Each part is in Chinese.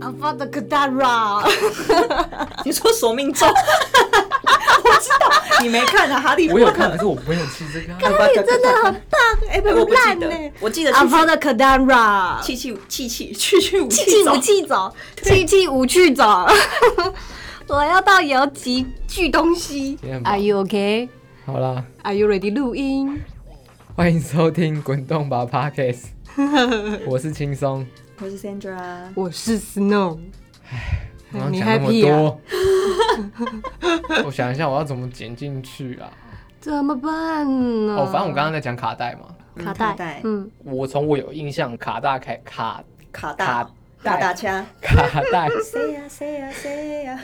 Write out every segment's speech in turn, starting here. Avada Kedavra，你说索命咒？ 我知道你没看啊，《哈利波 我有特看，可》是我没有记这个。 那也真的很棒，哎、我不不啊记烂得呢，。我记得去 Avada Kedavra，气气气气去去武气气走武器走，气气武器走， 我要到邮局锯东西今天。吧 Are you okay? 好啦， Are you ready？录音，欢迎收听《滚动吧 Podcast》，我是轻松，我是 Sandra，我是 Snow。不要你讲那么 happy 啊多。 我想一下，我要怎么剪进去啊？怎么办呢？哦，反正我刚刚在讲卡带嘛，嗯卡卡带带，嗯，我从我有印象卡带开卡卡卡大大大枪。卡 带，谁呀谁呀谁呀？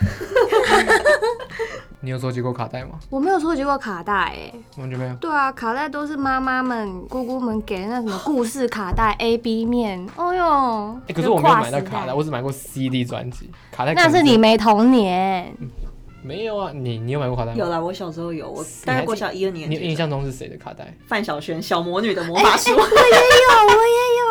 你有收集过卡带吗？我没有收集过卡带、哎，完全没有。对啊，卡带都是妈妈们、姑姑们给的那什么故事卡带 A B 面，哦哟、欸可是我没有买到就跨卡时带，代我只买过 CD 专辑。卡带那可能是你没童年，没有啊？你你有买过卡带吗？ 有啦，我小时候有，我还大概国小一二年你级的时有候。印象中是谁的卡带？范晓萱《小魔女的魔法 书》我也哎有，我也有，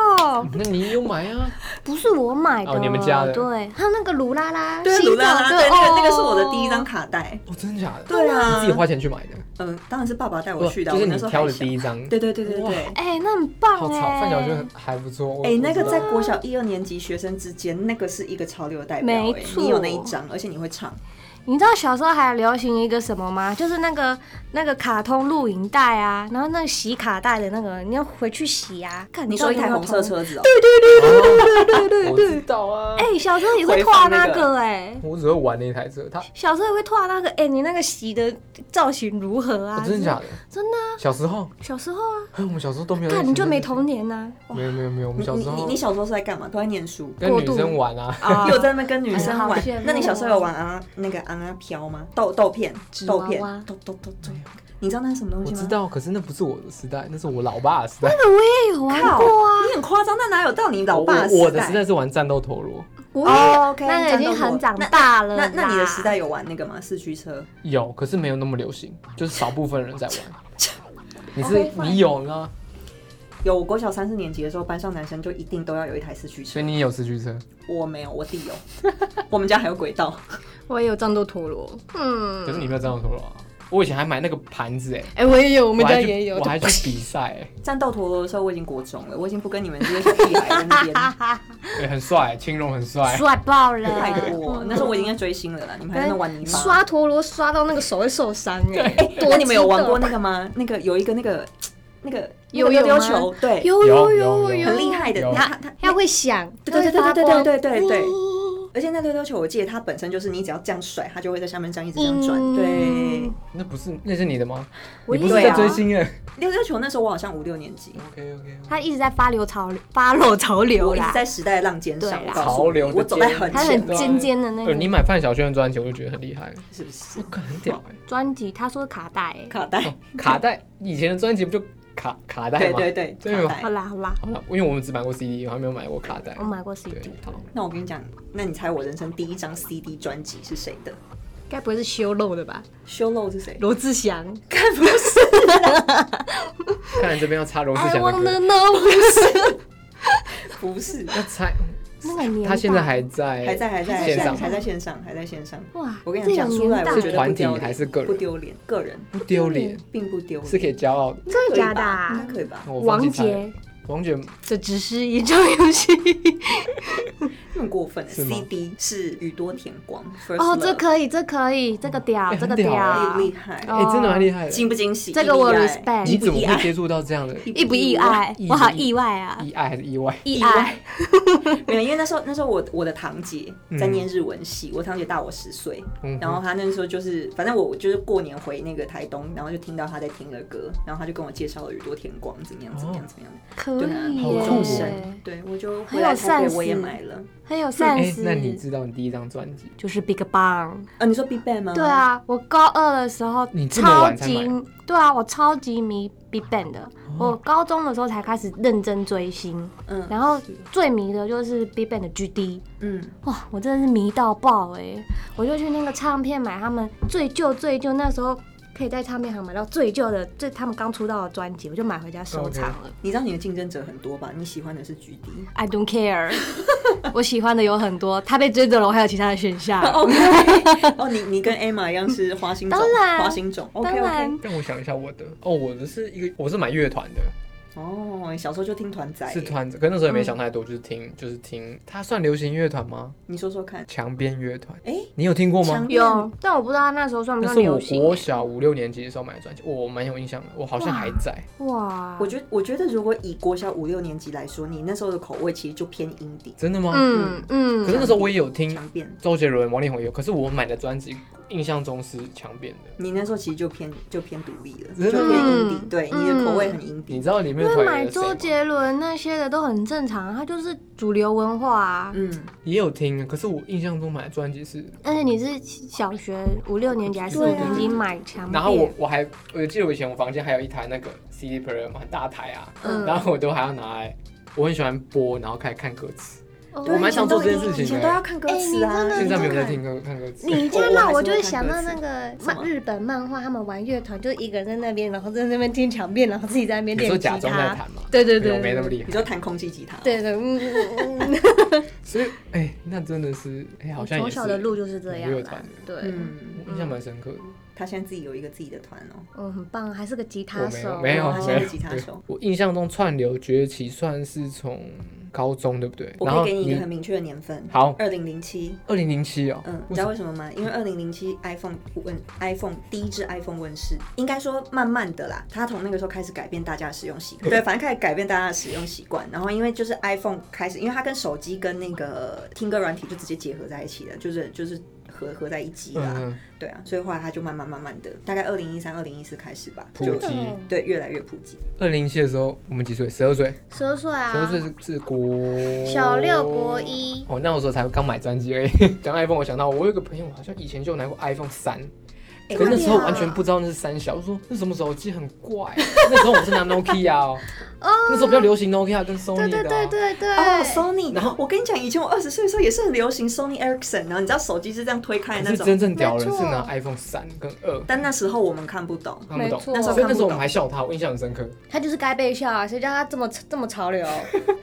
那你有买啊？不是我买的，哦你们家的对，还有那个鲁拉拉， 对，洗鲁拉拉，澡的对，那个那个哦是我的第一张卡带。哦，真的假的？对啊你自己花钱去买的？嗯，当然是爸爸带不我是去的，就我是那你时候挑还的小第。一张。对对对对哇对。哎、那很棒好吵，哎、范晓萱还不错。我哎、那个我知在道国啊小一二年级学生之间，那个是一个潮流的代表、没哎错你有那一张，而且你会唱，你知道小时候还流行一个什么吗？就是那个那个卡通录影带啊，然后那个洗卡带的那个，你要回去洗啊。看你说一台红色，到底有没有车子哦、对对对，我知道啊。童哎、小时候也会画那个哎、我只会玩那台车，它小时候也会画那个，哎、你那个洗的造型如何啊？哦真的假的？真的啊、小时候，小时候啊，哎我们小时候都没有。看你就没童。年啊呐、没有没有没有，我们你小时你你候你小时候是在干嘛？都在念书，跟过女度生玩啊。啊。又在那边跟女生哎好玩羡慕。那你小时候有玩啊那个啊啊飘吗？豆豆片纸，豆娃片娃，豆豆豆豆。你知道那是什么东我西吗？知道，可是那不是我的时代，那是我老爸的时代。那个我哎也有玩靠过啊，你很夸张，那哪有到你老爸哦我我我的代？时代是玩战斗陀螺，我也有哦，OK，那个已经很长大了那那你的啦时代有玩那个吗？四驱车？有，可是没有那么流行，就是少部分人在玩。你是 OK，fine 你有呢，有，我国小三四年级的时候，班上男生就一定都要有一台四驱车所以。你有四驱车，我没有，我弟有。 我们家还有轨道。我也有战斗陀螺，可是嗯，你没有战斗陀螺啊。我以前还买那个盘子哎，哎、我也有，我我们家还去也有我，还去比赛欸战斗陀螺的时候，我已经国中了，我已经不跟你们这些小屁孩在那 边 哎，哎很帅，青龙很帅。帅爆了，太多。那时候我已经在追星了啦，你们还在那玩泥巴。嗯刷陀螺刷到那个手会受伤哎、欸，多那你们有玩过激那个吗？那个有一个那个那个游那泳个溜溜吗球，对动？，有有哦有有有有有，很厉害的有。它它它会响，对对对它会对发光对对对对对嗯而且那溜溜球，我记得它本身就是你只要这样甩，它就会在下面这样一直这样转。嗯对，那不是那是你的吗？我你不也是有在啊追星哎。溜溜球那时候我好像五六年级， OK OK。它一直在发流潮，发漏潮流我一直啦，在时代浪尖上，对我啦告潮诉你，流的我走在尖很它前很面，尖尖的那呃，你个买范晓萱的专辑，我就觉得很厉害，是不 是？很屌哎。专辑，他说卡带哎、卡带，哦卡带以前的专辑不就卡卡带对吗？对对，对吗卡好带。啦好啦，好了，因为我们只买过 CD，我还没有买过卡带我。买过 CD，对，好，那我跟你讲，那你猜我人生第一张 CD 专辑是谁的？该不会是修漏的吧？修漏是谁？罗志祥。看不是，看来这边要插罗志 I 祥的 wanna 歌， know，不是，要猜。那个年代他现在还在还在还在还线在上还在线上还在线上。哇，我跟这你讲，个讲出来年代我觉得团不体丢脸，还是个人不丢脸，个人不丢脸，并不丢脸，是可以骄傲的。真的假的啊？应该可以吧？我放弃王猜了杰，王杰这只是一场游戏。很过分是吗，CD 是宇多田光 ，First 哦，这 Love 可以，这可以，这个屌，哎这个很屌屌啊，厉害，哦哎，真的蛮厉害惊的。不惊喜？这个我意不意外 respect 你意怎不么意会外接触到这样的？意不意外？意我好意意外啊，意外还是意外？意意外外。 没有，因为那时候那时候我我的堂姐在嗯念日文系，我堂姐大我十岁，嗯然后她那时候就是，反正我就是过年回那个台东，然后就听到她在听儿歌，然后她就跟我介绍了宇多田光怎么样怎么样哦怎么样，可对啊，以好国酷中哦生耶，，对我就很回有来台 sense 北我也买了，很有哎 sense。那你知道你第一张专辑？就是 Big Bang？啊，你说 Big Bang 吗？对，啊，我高二的时候你这么超晚才级买哦对啊，我超级迷 Big Bang 的。我高中的时候才开始认真追星，嗯然后最迷的就是 Big Bang 的 GD。嗯，哇，我真的是迷到爆哎、我就去那个唱片买他们最旧最旧，那时候可以在唱片行买到最旧的，最他们刚出道的专辑，我就买回家收藏了。 你知道你的竞争者很多吧？你喜欢的是 G D， I don't care， 我喜欢的有很多，他被追走了，我还有其他的选 项。哦 哦，你你跟 Emma 一样是花心种，当然花心种，OK 当 OK。然，让我想一下我的哦，我的是一个，我是买乐团的，哦，你小时候就听团仔，是。团子，可那时候也没想太多，就是嗯听就是听，它算流行乐团吗？你说说看，墙边乐团，哎，你有听过吗墙？有，但我不知道他那时候算不那算是我流行国。小五六年级的时候买的专辑，我蛮有印象的，我好像还在。哇，我觉得我觉得如果以国小五六年级来说，你那时候的口味其实就偏音底，真的吗？嗯可是嗯，那时候我也有听强变。周杰伦、王力宏也有，可是我买的专辑印象中是强变的。你那时候其实就偏就偏独立了，真的就吗偏音底，嗯对，你的口味很音你底。知道里面因为团买员是谁周吗？杰伦那些的都很正常，啊他就是主流文化啊。嗯，也有听，可是我印象中买的专辑是，而且你是小学五六年级还是四五对啊年级买墙然后我壁？我还我记得我以前我房间还有一台那个 CD player 嘛，很大台啊，嗯然后我都还要拿来，我很喜欢播，然后开始看歌词。哦对我蛮想做这件事情以前的欸都要看歌词哎啊你真，的现在没有在看听歌看歌词， 你这样让我就是想到那个我还是会看歌词什啊漫么日本漫画，他们玩乐团，就一个人在那边，然后在那边听墙壁，然后自己在那边你练说吉假装在他。弹嘛？对对没对，有没那对么厉害你。说弹空气吉他，，对对，嗯嗯嗯嗯，所以哎、那真的是哎、 好像也从是小的路就是这样乐啦团的。对，嗯，我印象蛮深刻的。他现在自己有一个自己的团哦，嗯，很棒，还是个吉他我没手，有没有他哦现在没有是吉他手。我印象中串流崛起算是从高中对不对？我然可后以给你一个很明确的年份，好二零零七。二零零七哦，嗯，你知道为什么为什么吗？因为二零零七 iPhone 问 iPhone 第一支 iPhone 问世，应该说慢慢的啦，它从那个时候开始改变大家的使用习 惯。对，反正开始改变大家的使用习惯。然后因为就是 iPhone 开始，因为它跟手机跟那个听歌软体就直接结合在一起了，就是就是合合在一起啦。嗯嗯对啊，所以后来它就慢慢慢慢的，大概二零一三、二零一四开始吧，普就及？哦对越来越普及。二零零七的时候我们几岁？十二岁，十二岁十二啊岁，是是国小六国。一，哦，那我时候才刚买专辑而已。 讲 iPhone，我想到我有个朋友好像以前就有拿过 iPhone 三，哎可是那时候哪里啊完全不知道那是三小，我说那什么手机很怪。啊那时候我是拿 Nokia 哦，那时候比较流行 Nokia 跟 Sony 对的对啊、对对对，哦，Sony，然后我跟你讲，以前我二十岁的时候也是很流行 Sony Ericsson，然后你知道手机是这样推开的可那是真种，正屌人没是错拿 iPhone 三跟二，但那时候我们看不懂。看不没懂。错那时候所以看不那时候我们懂，还笑他，我印象很深刻。他就是该被笑啊，谁叫他这么这么 潮流？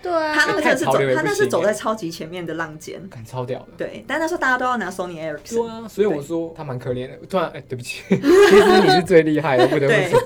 对啊，他那个真的是太潮走流，也他那不是行走欸在超级前面的浪尖。感超屌的。对，但那时候大家都要拿 Sony Ericsson，啊，所以我说他蛮可怜的。突然，哎、对不起， 其实你是最厉害的，不得不说，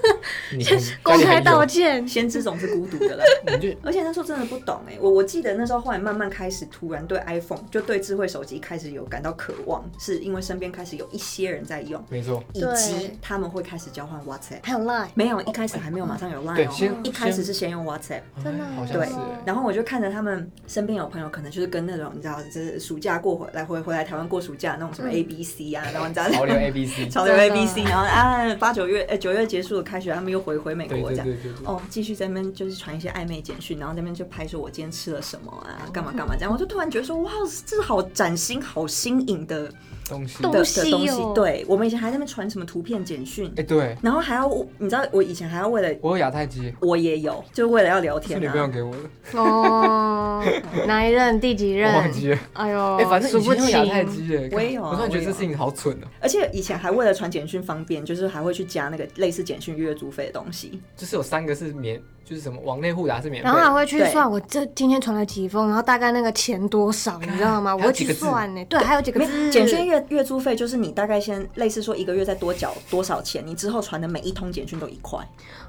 你很公开道，家歉， 先知总是孤独的啦。里很有你就而且那时候真的不懂哎、我我记得那时候后来慢慢开始突然对 iPhone 就对智慧手机开始有感到渴望，是因为身边开始有一些人在用，没错，以对及他们会开始交换 WhatsApp。还有 Line，没有，一开始还没有马上有 Line 对哦、先一开始是先用 WhatsApp。真的啊哎好像对是哎，然后我就看着他们身边有朋友，可能就是跟那种你知道，就是暑假过回来回回来台湾过暑假那种什么嗯 A B C 啊，然后你知道 潮流 A B C， 潮流真 A 的 B C，然后啊八九月呃九月结束了开学，他们又回回美对国对这样对。对对。哦，继续在那边就是传一些暧昧简讯，然后在那边就拍说我今天吃了什么嗯啊，干嘛干嘛这样，我就突然觉得说，哇，这是好崭新、好新颖的东西，动东的的西东西哦。对我们以前还在那边传什么图片简讯，哎，对然后还要你知道我以前还要为了我有亚太机，我也有，就是为了要聊是天女朋友啊，给我的，哦，哪一任第几我任？忘记了。哎呦，哎，反正数以不前用亚清。太机耶，我也有啊我突然觉得我也有这事情好蠢哦，而且以前还为了传简讯方便，就是还会去加那个类似简讯月租费的东西。就是有三个是免，就是什么网内互打是免费然后还的，会去对算我这今天传了几封，然后大概那个钱多少，你知道吗？我还有会几去个字算呢。对，还有几个没字。有简讯月月租费就是你大概先类似说一个月再多缴多少钱，你之后传的每一通简讯都一块，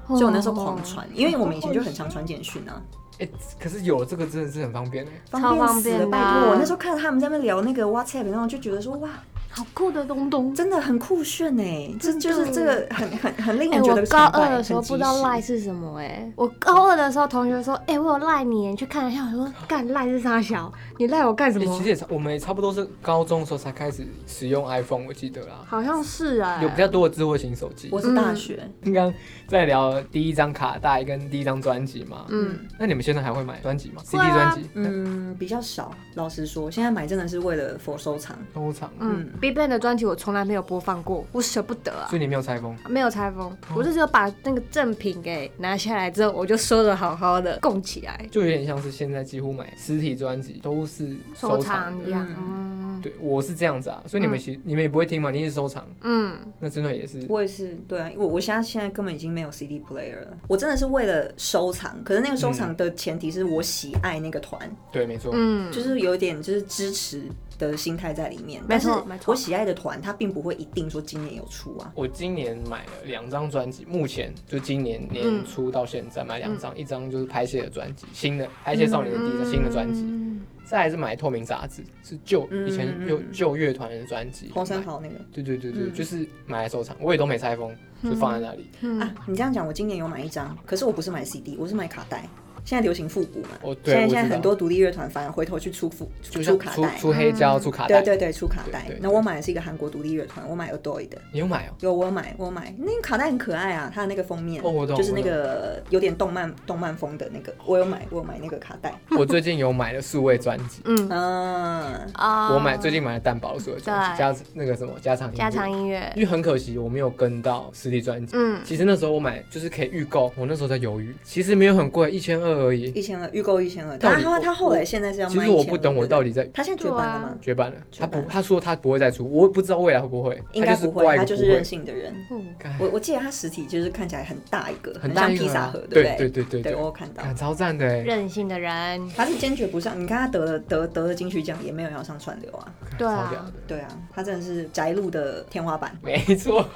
哦，所以我那时候狂传，因为我们以前就很常传简讯啊，哎，可是有了这个真的是很方便哎，超方死便啊了，的拜托！我那时候看到他们在那边聊那个 WhatsApp，然后就觉得说哇，好酷的东东。真的很酷炫哎，这真的就是这个很很很令哎、人觉我得高崇拜二的时候不知道，赖很及时是什么哎、我高二的时候同学说，哎、我有赖你，你去看一下。我说干赖是啥小？你赖我干什哎么其？实也差，我们也差不多是高中的时候才开始使用 iPhone，我记得啦，好像是哎、有比较多的智慧型手机。我是大学，刚刚在聊第一张卡带跟第一张专辑嘛，嗯，那你们现在还会买专辑吗？CD 会啊专辑，那嗯，比较少。老实说，现在买真的是为了佛收藏，收藏，嗯嗯，BigBang 的专辑我从来没有播放过，我舍不得啊所，以你没有拆封。没有拆封，我就只有把那个赠品给拿下来之后，我就收的好好的，供起来就有点像是现在几乎买实体专辑都是收藏藏一的，样。嗯嗯，对，我是这样子啊，所以你们其你们也不会听嘛，你也是收藏，嗯，那真的也是我也是，对啊，我我现在现在根本已经没有 CD player 了，我真的是为了收藏，可是那个收嗯藏的前提是我喜爱那个团，对，没错，嗯，就是有一点就是支持的心态在里面。没但是错没错我喜爱的团，它并不会一定说今年有出啊。我今年买了两张专辑，目前就今年年初到现在买两张，一张就是拍戏的专辑，新的《拍戏少年》的第一张新的专辑，嗯再来是买《透明杂志》，是旧嗯以前旧旧乐团的专辑，黄山桃那个、对对对对，嗯就是买来收藏，我也都没拆封，就放在那里。嗯啊，你这样讲，我今年有买一张，可是我不是买 CD，我是买卡带。现在流行复古嘛，哦对现在我知现道在很多独立乐团反而回头去出复就出像卡出带，嗯出黑胶、出卡带对，对对，出卡带对对。那我买的是一个韩国独立乐团，我买 Adoy 的，你有买哦？有我有买我有买，那个卡带很可爱啊，它的那个封面，哦我懂就是那个有点动漫动漫风的那个，我有买我有买那个卡带，我最近有买了数位专辑，嗯嗯，啊我买最近买了蛋堡的数位专辑，对加那个什么家常音哦乐加长音乐，因为很可惜我没有跟到实体专辑。嗯其实那时候我买就是可以预购，我那时候在犹豫，其实没有很贵，一千二而已。一千二预购一千二，到但底他我他后来现在是要卖其实我不1200懂我到底在他现在绝版了吗？绝版了，绝他版不他说他不会再出，我也不知道未来会不会，应该啊他就是不会，怪他不就是任性的人。嗯，干我我记得他实体就是看起来很大一个，很大像一个披萨啊盒，不对对？对对对对我有看到。干超赞的欸，任性的人，他是坚决不上，你看他得了得得了金曲奖，也没有要上串流啊。对超屌啊的，。对啊，他真的是宅路的天花板。没错，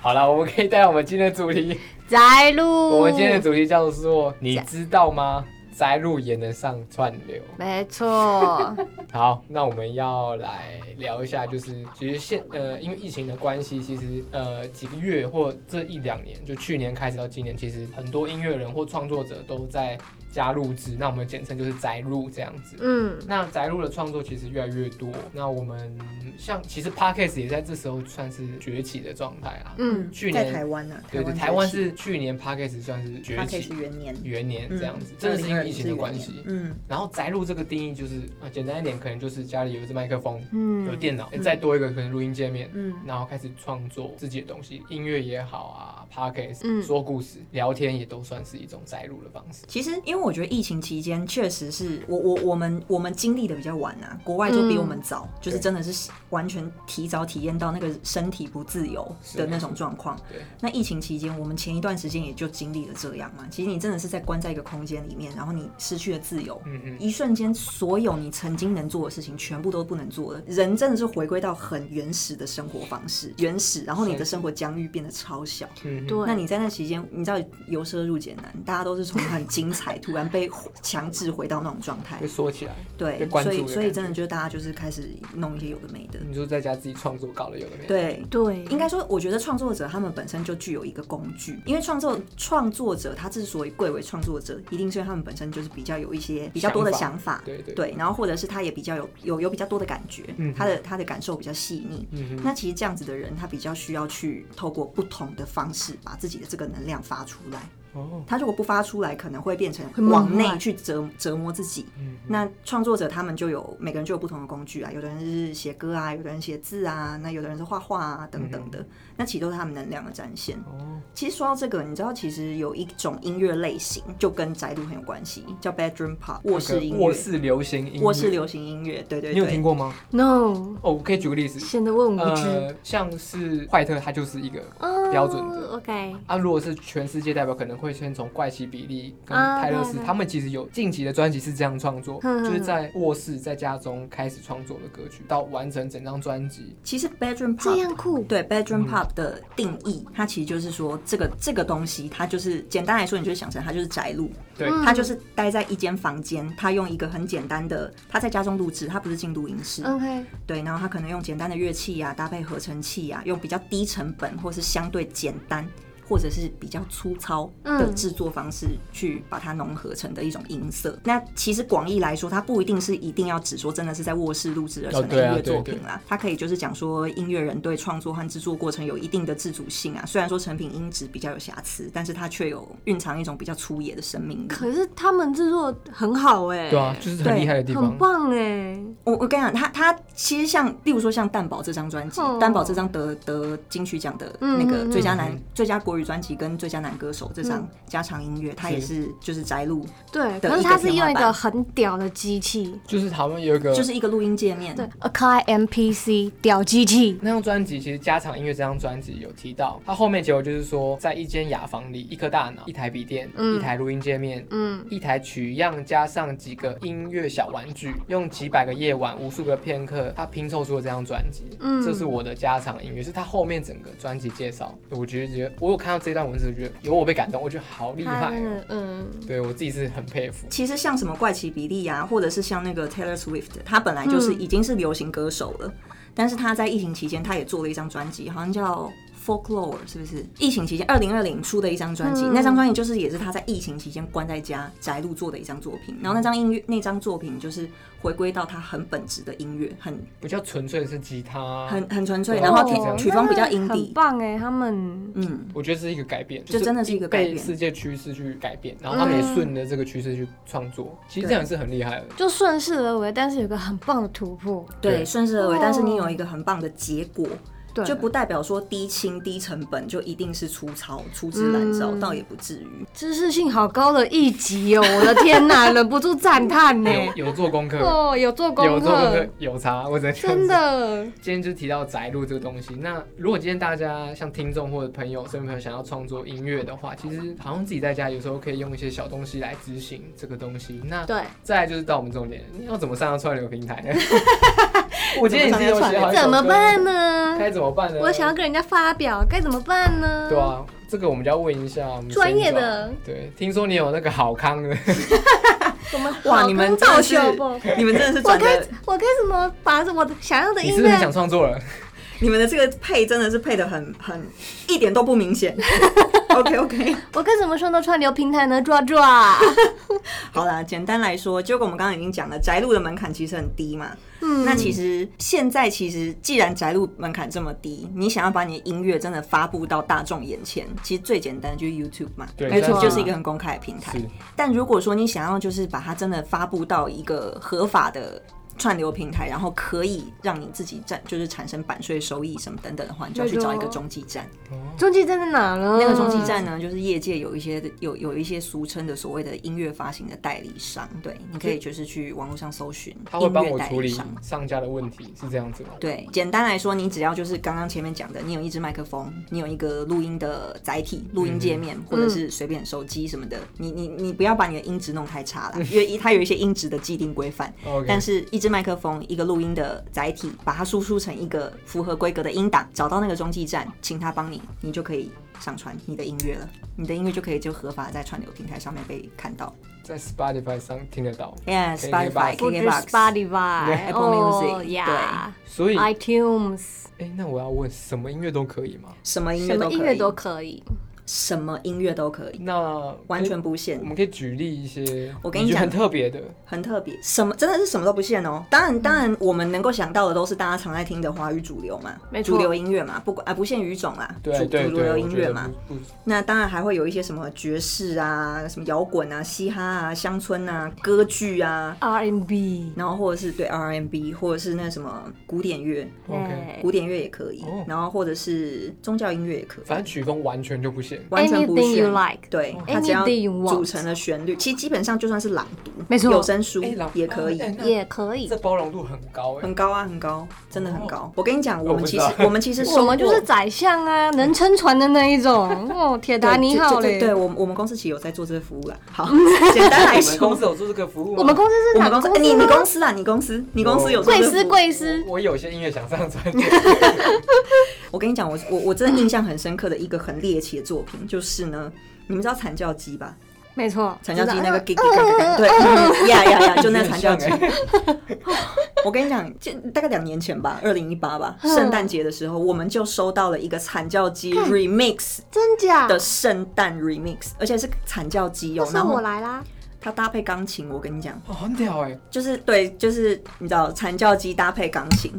好了，我们可以带我们今天的主题。宅路，哦我们今天的主题叫做“你知道吗？摘录也能上串流没错，”。好，那我们要来聊一下，就是其实现呃，因为疫情的关系，其实呃几个月或这一两年，就去年开始到今年，其实很多音乐人或创作者都在加录制，那我们简称就是摘录这样子。嗯那宅录的创作其实越来越多，那我们像其实 podcast 也在这时候算是崛起的状态啊。嗯去在年台湾啊，对对，崛起台湾是去年 podcast 算是崛他可以起是元年，元年这样子，嗯真的是因为疫情的关2020系元。年嗯，然后宅录这个定义就是啊，简单一点，可能就是家里有一支麦克风，有嗯，电脑，嗯再多一个可能录音界面，嗯然后开始创作自己的东西，音乐也好啊嗯，podcast 说故事、聊天也都算是一种宅录的方式。其实因为我觉得疫情期间确实是我我我们我们经历的比较晚啊，国外就比我们早，嗯就是真的是完全提早体验到那个身体不自由的那种状况。对，那疫情期间，我们前一段时间也就经历了这样嘛。其实你真的是在关在一个空间里面，然后你失去了自由，嗯嗯，一瞬间，所有你曾经能做的事情全部都不能做了。人真的是回归到很原始的生活方式，原始，然后你的生活疆域变得超小。嗯对，那你在那期间，你知道由奢入俭难，大家都是从很精彩，突然被强制回到那种状态会。缩起来，被对，关注所的以所感以觉真的就是大家就是开始弄一些有的没的。你就在家自己创作，搞了有的没的。对，对，应该说，我觉得创作者他们本身就具有一个工具，因为创作创作者他之所以贵为创作者，一定是因为他们本身就是比较有一些比较多的想法，对对，然后或者是他也比较有有有比较多的感觉，嗯哼他的他的感受比较细腻。嗯哼，那其实这样子的人，他比较需要去透过不同的方式，把自己的这个能量发出来。哦，他如果不发出来，可能会变成会闷往内坏去折折磨自己。嗯哼那创作者他们就有每个人就有不同的工具啊，有的人是写歌啊，有的人写字啊，那有的人是画画啊等等嗯的，那其实都是他们能量的展现。哦，其实说到这个，你知道其实有一种音乐类型就跟宅度很有关系，叫 bedroom pop 卧室音那乐。个卧室流行音乐，卧室流行音乐，对对对，你有听过吗？ no，哦，我可以举个例子，显得我很无知，呃，像是坏特，他就是一个嗯呃标准的，OK，啊，如果是全世界代表，可能会先从怪奇比利跟啊泰勒斯，对对他们其实有近期的专辑是这样创作，嗯就是在卧室在家中开始创作的歌曲，到完成整张专辑。其实 bedroom 这 pop 样酷，对嗯 bedroom pop 的定义，它其实就是说这个这个东西，它就是简单来说，你就想成它就是宅路，对，嗯他就是待在一间房间，他用一个很简单的，他在家中录制，他不是进录音室， ，OK，对，然后他可能用简单的乐器啊，搭配合成器啊，用比较低成本或是相对简单。或者是比较粗糙的嗯制作方式去把它融合成的一种音色。那其实广义来说，它不一定是一定要只说真的是在卧室录制而成哦对的啊音乐作对品啦，它可以就是讲说音乐人对创作和制作过程有一定的自主性啊。虽然说成品音质比较有瑕疵，但是它却有蕴藏一种比较粗野的生命力。可是他们制作很好哎，对啊，就是很对厉害的地很方。棒哎，我我跟你讲，他他其实像，例如说像蛋堡这张专辑哦，蛋堡这张得得金曲奖的那嗯嗯个嗯最佳男、嗯最佳国国语专辑跟最佳男歌手这张加长音乐，它也是就是摘录，对，的可是一个它是天花用一板个很屌的机器，就是他们有一个，就是一个录音界面。对，Akai MPC 屌机器，那张专辑其实《加长音乐》这张专辑有提到，它后面结果就是说，在一间雅房里，一颗大脑、一台笔电、嗯一台录音界面。嗯，一台取样加上几个音乐小玩具，用几百个夜晚、无数个片刻，他拼凑出了这张专辑。嗯这是我的家常音乐，是他后面整个专辑介绍。我觉得觉得，我有看到这段文字，我觉得有我被感动，我觉得好厉它害真哦、的，嗯，对我自己是很佩服。其实像什么怪奇比利啊，或者是像那个 Taylor Swift，他本来就是嗯已经是流行歌手了，但是他在疫情期间他也做了一张专辑，好像叫 Folklore，是不是？疫情期间二零二零出的一张专辑，嗯那张专辑就是也是他在疫情期间关在家宅录做的一张作嗯品，然后那张音乐那张作品就是回归到他很本质的音乐，很比较纯粹的是吉嗯他，很很纯粹，对然后哦曲那曲风比较真的很 indie，棒哎，他们，嗯，我觉得是一个改变，这真的是一个改变被世界趋势去改变，然后他们也顺着这个趋势去创作，其实这样是很厉害的。就顺势而为，但是有个很棒的突破，对，对顺势而为，但是你有哦一个很棒的结果，对，就不代表说低清低成本就一定是粗糙、粗制滥造，嗯倒也不至于。知识性好高的一集哦，我的天 呐，忍不住赞叹呢，嗯有有做功课，哦，有做功有做功课课，，有查，我只能这样真子。的，今天就提到宅录这个东西。那如果今天大家像听众或者朋友、身边朋友想要创作音乐的话，其实好像自己在家有时候可以用一些小东西来执行这个东西。那对，再来就是到我们重点，你要怎么上到串流平台呢？ 我今天已经有写好一首歌怎么办？呢？该怎么办呢？我想要跟人家发表，该怎么办呢？对啊，这个我们就要问一下我们专业先找的。对，听说你有那个好康 的，我们哇，你们真造的是秀不？，你 们真的是我转该的，我该怎么把我的想要的你音是不是很想乐？创 作了？你们的这个配真的是配的很很一点都不明 显。OK OK，我该怎么上到串流平台呢？抓 抓，好啦，简单来说，就跟我们刚刚已经讲了，宅录的门槛其实很低嘛。嗯，那其实现在其实既然宅录门槛这么低，你想要把你的音乐真的发布到大众眼前，其实最简单的就是 YouTube 嘛对没错，YouTube 就是一个很公开的平台是。，但如果说你想要就是把它真的发布到一个合法的串流平台，然后可以让你自己占就是产生版税收益什么等等的话，你就要去找一个中继站。中继站在哪呢？那个中继站呢，就是业界有一些有有一些俗称的所谓的音乐发行的代理商，对，你可以就是去网络上搜寻他会音帮乐我代处理理商。上架的问题，是这样子吗？对，简单来说，你只要就是刚刚前面讲的，你有一支麦克风，你有一个录音的载体、录音界面，或者是随便手机什么的，你你你不要把你的音质弄太差了，因为它有一些音质的既定规范。 OK 但是，一支麦克风、一个录音的载体，把它输出成一个符合规格的音档，找到那个中继站，请他帮你，你就可以上传你的音乐了。你的音乐就可以就合法在串流平台上面被看到。在 Spotify 上听得到， Yeah，Spotify、不止 KKBox。 Spotify、 Apple Music，呀所以，哎、 ，iTunes，那我要问，什么音乐都可以吗？什么音什乐么都音乐可以，都可以。什么音乐都可以，那完全哎不限我。们可以举例一些，我跟你觉得讲很特别的，很特别，什么真的是什么都不限哦。当然，当嗯然，我们能够想到的都是大家常爱听的华语主流嘛，没错主流音乐嘛，不管啊不限语种啦，对主对主对，流我音觉乐得嘛。不不那当然还会有一些什么爵士啊、什么摇滚啊、嘻哈啊、乡村啊、歌剧啊， R&B，然后或者是对 R&B，或者是那什么古典乐， OK，古典乐也可以哦，然后或者是宗教音乐也可以。反正曲风完全就不限。完全不 Anything 限 you like 对，它只要 Anything you want 组成了旋律，其实基本上就算是朗读，没错有声书哎老也可以，哎那也可以这。包容度很高哎、很高啊，很高，真的很高。我跟你讲，我哦我们不其知实道我们 其实收我们就是过宰相啊，能撑船的那一种。哦，铁达尼号对对嘞。对，我们我们公司其实有在做这个服务啦。 好，简单来你们公说，司有做这个服务吗？我们公司是哪我们个公司，哎你你公司啦，你公司，你公司有做贵这个司服务贵司，我有些音乐想上 传，我跟你讲，我我我真的印象很深刻的一个很猎奇的作品，就是呢，你们知道惨叫鸡吧？没错，惨叫鸡那个知给道给 对，嗯呀呀呀，就那惨叫鸡。很像哎我跟你讲，就大概两年前吧，二零一八吧，嗯圣诞节的时候，我们就收到了一个惨叫鸡 remix 真假的圣诞 remix，而且是惨叫鸡哦，是然后我来啦，它搭配钢琴，我跟你讲，哦很屌哎、就是对，就是你知道惨叫鸡搭配钢琴，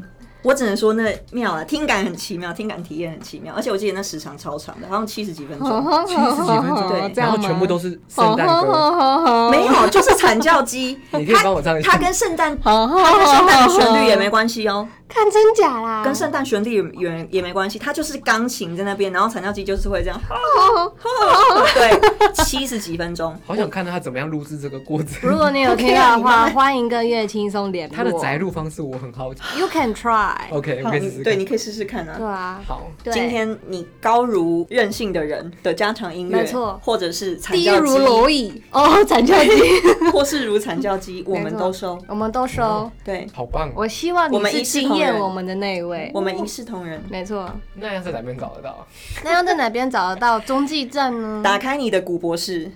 我只能说那妙啊，听感很奇妙，听感体验很奇妙，而且我记得那时长超长的，好像七十几分钟，七十几分钟对这然后全部都是圣哦诞歌。歌没有，就是惨叫鸡，你可以帮我唱一下它跟圣诞好好它跟圣好诞好的旋律也没关系哦，看真假啦，跟圣诞旋律也也也没关系，它就是钢琴在那边，然后传教机就是会 这样，对，七十几分钟。好想看到他怎么样录制这个过程。如果你有听到的话，欢迎跟月轻松联络。 他的宅录方式我很好奇。 ，You can try。 OK，我哎好可以试试看。对，你可以试试看啊对。啊，好，对，今天你高如任性的人的家常音乐，没错或者是惨低叫如鸡，蝼蚁哦，惨叫鸡， 或是如惨 叫鸡，我们都收。我们都收。对，好棒。哦我希望我你们是一视惊同艳仁我们的那一位。我们一视同仁。没错，那要在哪边找得到？啊那要在哪边找得到中继站呢？打开你的古博 士，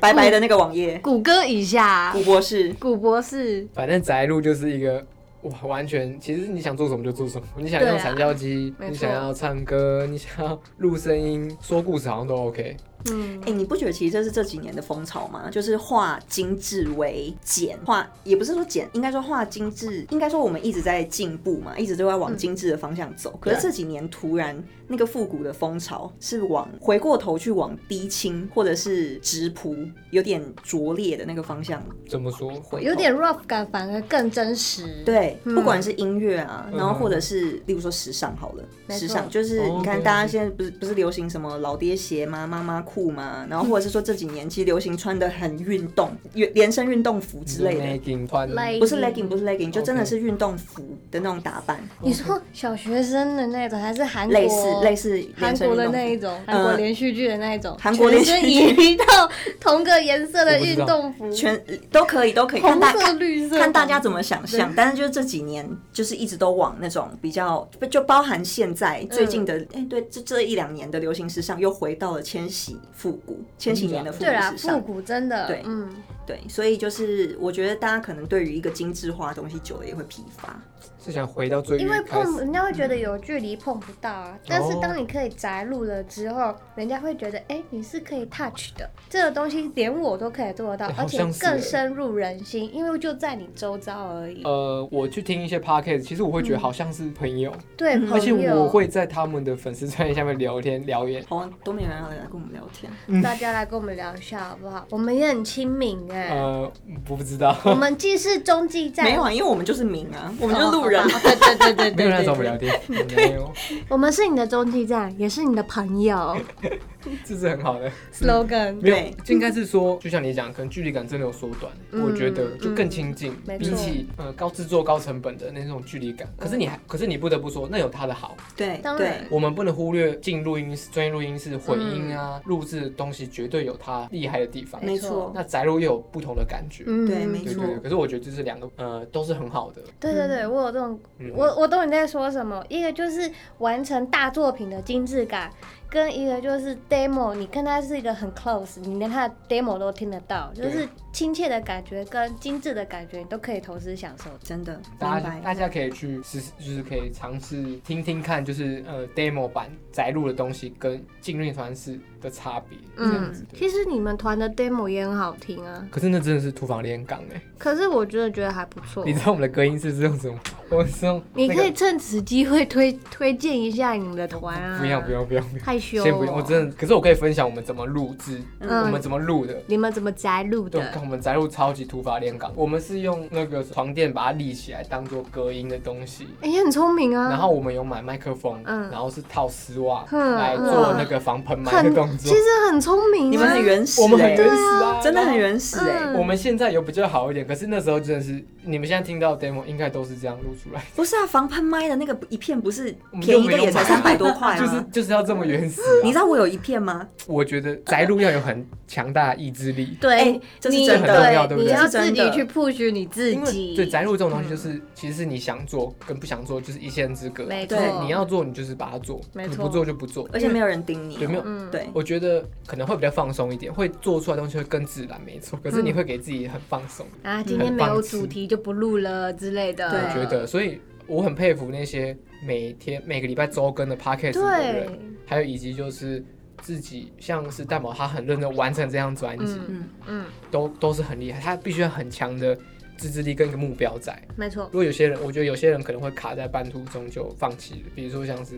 白白的那个网页，谷歌一下古，博士。谷博士，反正宅录就是一个哇，完全其实你想做什么就做什么，你想对用啊惨叫机，没错你想要唱歌，你想要录声音、说故事，好像都 OK。嗯哎、，你不觉得其实这是这几年的风潮吗？就是化精致为简，化也不是说简，应该说化精致，应该说我们一直在进步嘛，一直都在嗯往精致的方向走。可是这几年突然那个复古的风潮是往回过头去往低清或者是直朴，有点拙劣的那个方向怎么说？回头有点 rough 感反而更真实。，哦对，嗯不管是音乐啊，嗯然后或者是例如说时尚好了，没错时尚就是哦你看 OK，大家现在不是不是流行什么老爹鞋吗？妈妈裤吗？然后或者是说这几年其实流行穿的很运动，连连身运动服之类的， ，legging 穿 Leg- 不是 legging 不是 legging，就真的 OK 是运动服的那种打扮，你说小学生的那种，还是韩国类似类似韩连身国运的动那一服。种，嗯韩国连续剧的那一种，韩国连续剧全身一套同个颜色的运动服，全都可以，都可以看红大色、绿色，看大家怎么想象，但是就是这几年，就是一直都往那种比较，就包含现在最近嗯的，哎、对，这这一两年的流行时尚又回到了千禧复古，千禧年的复古对啦，时复尚，古真的，对嗯，对，所以就是我觉得大家可能对于一个精致化的东西久了也会疲乏，是想回到最因为一开碰始。嗯哦人家会觉得有距离碰不到啊，但是当你可以摘录了之后，人家会觉得，哎，你是可以 touch 的，这个东西连我都可以做得到哎，而好且像是更深入人心，因为就在你周遭而已。呃，我去听一些 podcast，其实我会觉得好像是朋友，对，嗯而且嗯朋我友，会在他们的粉丝专业下面聊天聊言。好啊像都没有人要来跟我们聊天，嗯大家来跟我们聊一下好不好？我们也很亲民哎。呃，不知 道，我们既是中继站，没有啊，因为我们就是名啊，我们就是路人哦。好吧对对对对对，没有人来对找我们聊。天，没有，对我们是你的中继站，也是你的朋友。这是很好的。 slogan 嗯没有对，就应该是说，就像你讲，可能距离感真的有缩短。嗯我觉得就更亲近，没错比起呃高制作、高成本的那种距离感。可是你嗯还，可是你不得不说，那有它的好。对当对然，我们不能忽略进录音室、专业录音室混音啊、录制的东西，绝对有它厉害的地方。嗯没错，那宅录又有不同的感觉。嗯对没对错对对，可是我觉得这是两个呃都是很好的，对对对，我有这种，嗯我我懂你在说什么。一个就是完成大作品的精致感，跟一个就是 demo，你跟他是一个很 close，你连他的 demo 都听得到，就对是亲切的感觉跟精致的感觉，你都可以同时享受。真的明大家白。大家可以去试试，就是可以尝试听听看，就是呃 demo 版宅录的东西跟进乐团是的差别，这样嗯子。对其实你们团的 demo 也很好听啊，可是那真的是土房连岗哎、可是我真的觉得还不错你知道我们的隔音室是用什么？我们是用、那你个、可以趁此机会推推荐一下你们的团啊！不要不要，要不要不要，害羞、先不用。我真的，可是我可以分享我们怎么录制，哦嗯我们怎么录的。你们怎么摘录对，的？看我们宅录超级突发练岗，我们是用那个床垫把它立起来当做隔音的东西。哎、你很聪明啊！然后我们有买麦克风，嗯然后是套丝袜嗯来做那个防喷麦的动很，嗯其作。实很聪明、啊。你们很原始、我们很欸，原始啊，真的很始。原始哎、嗯我们现在有比较好一点，可是那时候真的是，你们现在听到的 demo 应该都是这样录出来的。不是啊，防喷麦的那个一片不是我们便就宜没的有也才买三百多块啊嗯就是吗？就是要这么原始、你知啊。道我有一片吗？我觉得宅录要有很强大的意志力，对，哎这是你真的很重要对不你对要是真自己的去 push 你自因为己。对宅录这种东西就是，其实是你想做跟不想做就是一线之隔啊，没就错是你要做你就是把它做，没你错不做就不做，而且没有人盯你、有没有？嗯，对，我觉得可能会比较放松一点，会做出来的东西会更自然，没错。嗯可是你会给自己很放松，啊，今天很没棒有吃主题就不录了之类的。对我觉得，所以我很佩服那些每天每个礼拜周更的 podcast 的对人，，还有以及就是自己像是蛋宝，他很认真完成这张专辑，嗯嗯嗯，都都是很厉害，他必须要很强的自制力跟一个目标在。没错如。果有些人，我觉得有些人可能会卡在半途中就放弃了，比如说像是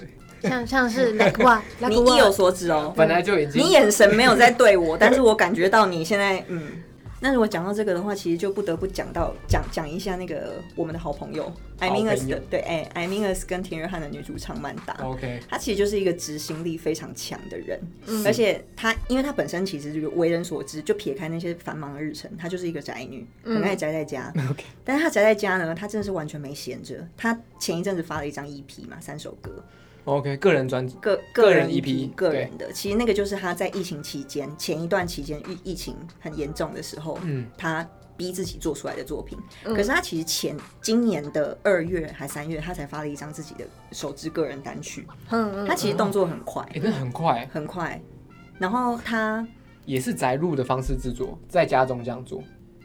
嗯像像是 like what 你 like 啊意有 what，所指哦。本来就已经你眼神没有在对我，但是我感觉到你现在，嗯，那如果讲到这个的话，其实就不得不讲到讲讲一下那个我们的好朋友 I mean us 好朋友的对，哎、i mean us 跟田约翰的女主唱曼达。 OK，她其实就是一个执行力非常强的人，而且她因为她本身其实就是为人所知，就撇开那些繁忙的日程，她就是一个宅女，很爱宅在家。但是她宅在家呢，她真的是完全没闲着。她前一阵子发了一张 EP 嘛，三首歌， OK，个人专辑个个人人 EP EP 个人的，其实那个就是他在疫情期间前一段期间疫疫情很严重的时候，嗯，他逼自己做出来的作品。可是他其实前今年的二月还三月，他才发了一张自己的首支个人单曲。嗯嗯，他其实动作很快，哎、那很快，很快。然后他也是宅录的方式制作，在家中这样做。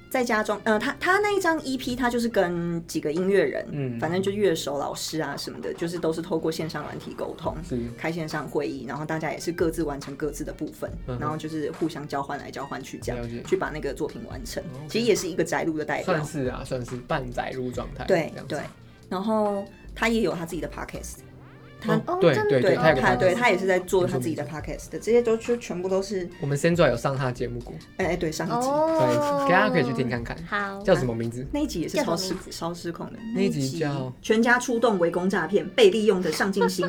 在家中，呃，他他那一张 EP，他就是跟几个音乐人，嗯反正就乐手、老师啊什么的，就是都是透过线上软体沟通，是开线上会议，然后大家也是各自完成各自的部分，嗯哼然后就是互相交换来交换去这了解哦样，去把那个作品完成。 OK 其实也是一个宅录的代算表，是啊，算是半载入状态。哎对这样子对。然后他也有他自己的 podcast，他、哦哦对真的对对他有个他 podcast 对他也是在做没错他自己的没 podcast 的，这些都就全部都是，我们 Sandra 有上他的节目过，哎、哎对上一集、对，哦，大家可以去听看看，好，叫什么名字？那一集也是叫超什么失名字超失控的，那一集叫全家出动围攻诈骗，被利用的上进心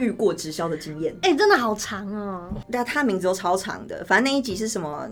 与遇过直销的经验。哎、真的好长哦。那他名字都超长的，反正那一集是什么？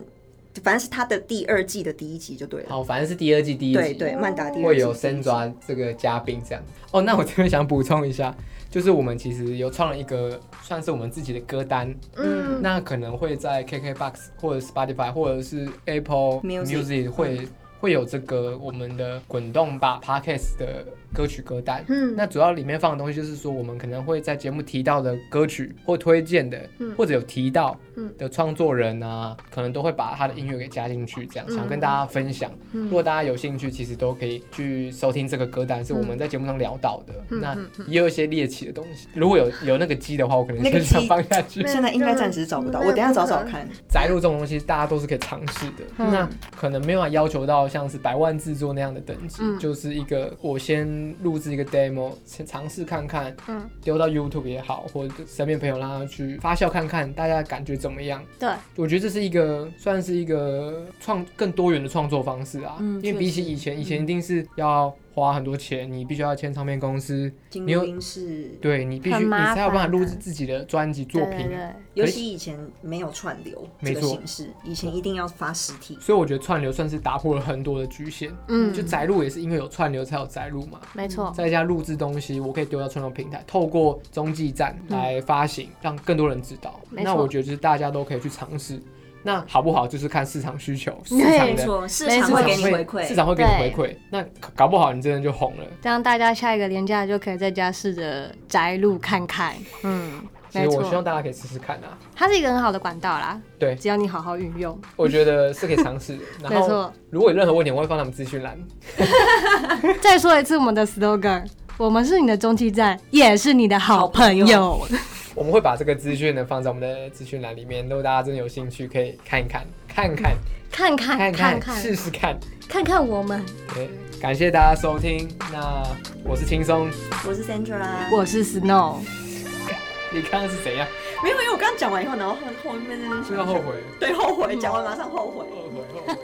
反正是他的第二季的第一集就对了。好，反正是第二季第一集。对对，曼达第二会季有深抓这个嘉宾这样。哦，那我这边想补充一下，就是我们其实有创了一个算是我们自己的歌单，嗯，那可能会在 KKBox 或者 Spotify 或者是 Apple Music 嗯 Music 会会有这个我们的滚动吧 Podcast 的歌曲歌单。嗯那主要里面放的东西就是说，我们可能会在节目提到的歌曲或推荐的，嗯或者有提到嗯的创作人啊，可能都会把他的音乐给加进去，这样、想跟大家分享。嗯如果大家有兴趣，其实都可以去收听这个歌单，是我们在节目上聊到的。嗯那嗯也有一些猎奇的东西，如果有有那个鸡的话，我可能那个就想鸡放 下去。现在应该暂时找不到，那我等一下找找看。宅录这种东西，大家都是可以尝试的。嗯那可能没有办啊法要求到像是百万制作那样的等级，嗯就是一个我先录制一个 demo，先尝试看看，嗯丢到 YouTube 也好，或者身边朋友让他去发酵看看，大家感觉怎么样？对，我觉得这是一个算是一个创更多元的创作方式啊，嗯因为比起确实以前，以前一定是要花很多钱，你必须要签唱片公司，金你有庸是，对你必须很你麻才有办法烦啊录的制自己的专辑作对品啊对。对尤其以前没有串流这个没错形式，以前一定要发实体。所以我觉得串流算是打破了很多的局限，嗯，就宅录也是因为有串流才有宅录嘛，没错，在家录制东西，我可以丢到串流平台，透过中继站来发行，让更多人知道。没错那我觉得就是大家都可以去尝试，那好不好就是看市场需求，市对场没的。错，市没场错会给你回市馈。场会给你回对馈，那搞不好你真的就红了。这样大家下一个廉假就可以在家试着摘录看看。嗯，其没实我希望错，大家可以试试看啊，它是一个很好的管道啦，对只要你好好运用。我觉得是可以尝试的。没然后错，如果有任何问题，我会放他们资讯栏。再说一次我们的 slogan，我 们是你的中继站，也是你的好朋好友。我们会把这个资讯呢放在我们的资讯栏里面，如果大家真的有兴趣，可以看一看，看看，看看嗯看看看，看试试看。看看我们，对，感谢大家收听，那我是轻松，我是 Sandra，我是 Snow。你刚刚是怎样？没有，因为我刚刚讲完以后，然后后后面那边嗯是不是后悔？对后悔，讲完马上后悔。后悔，后悔。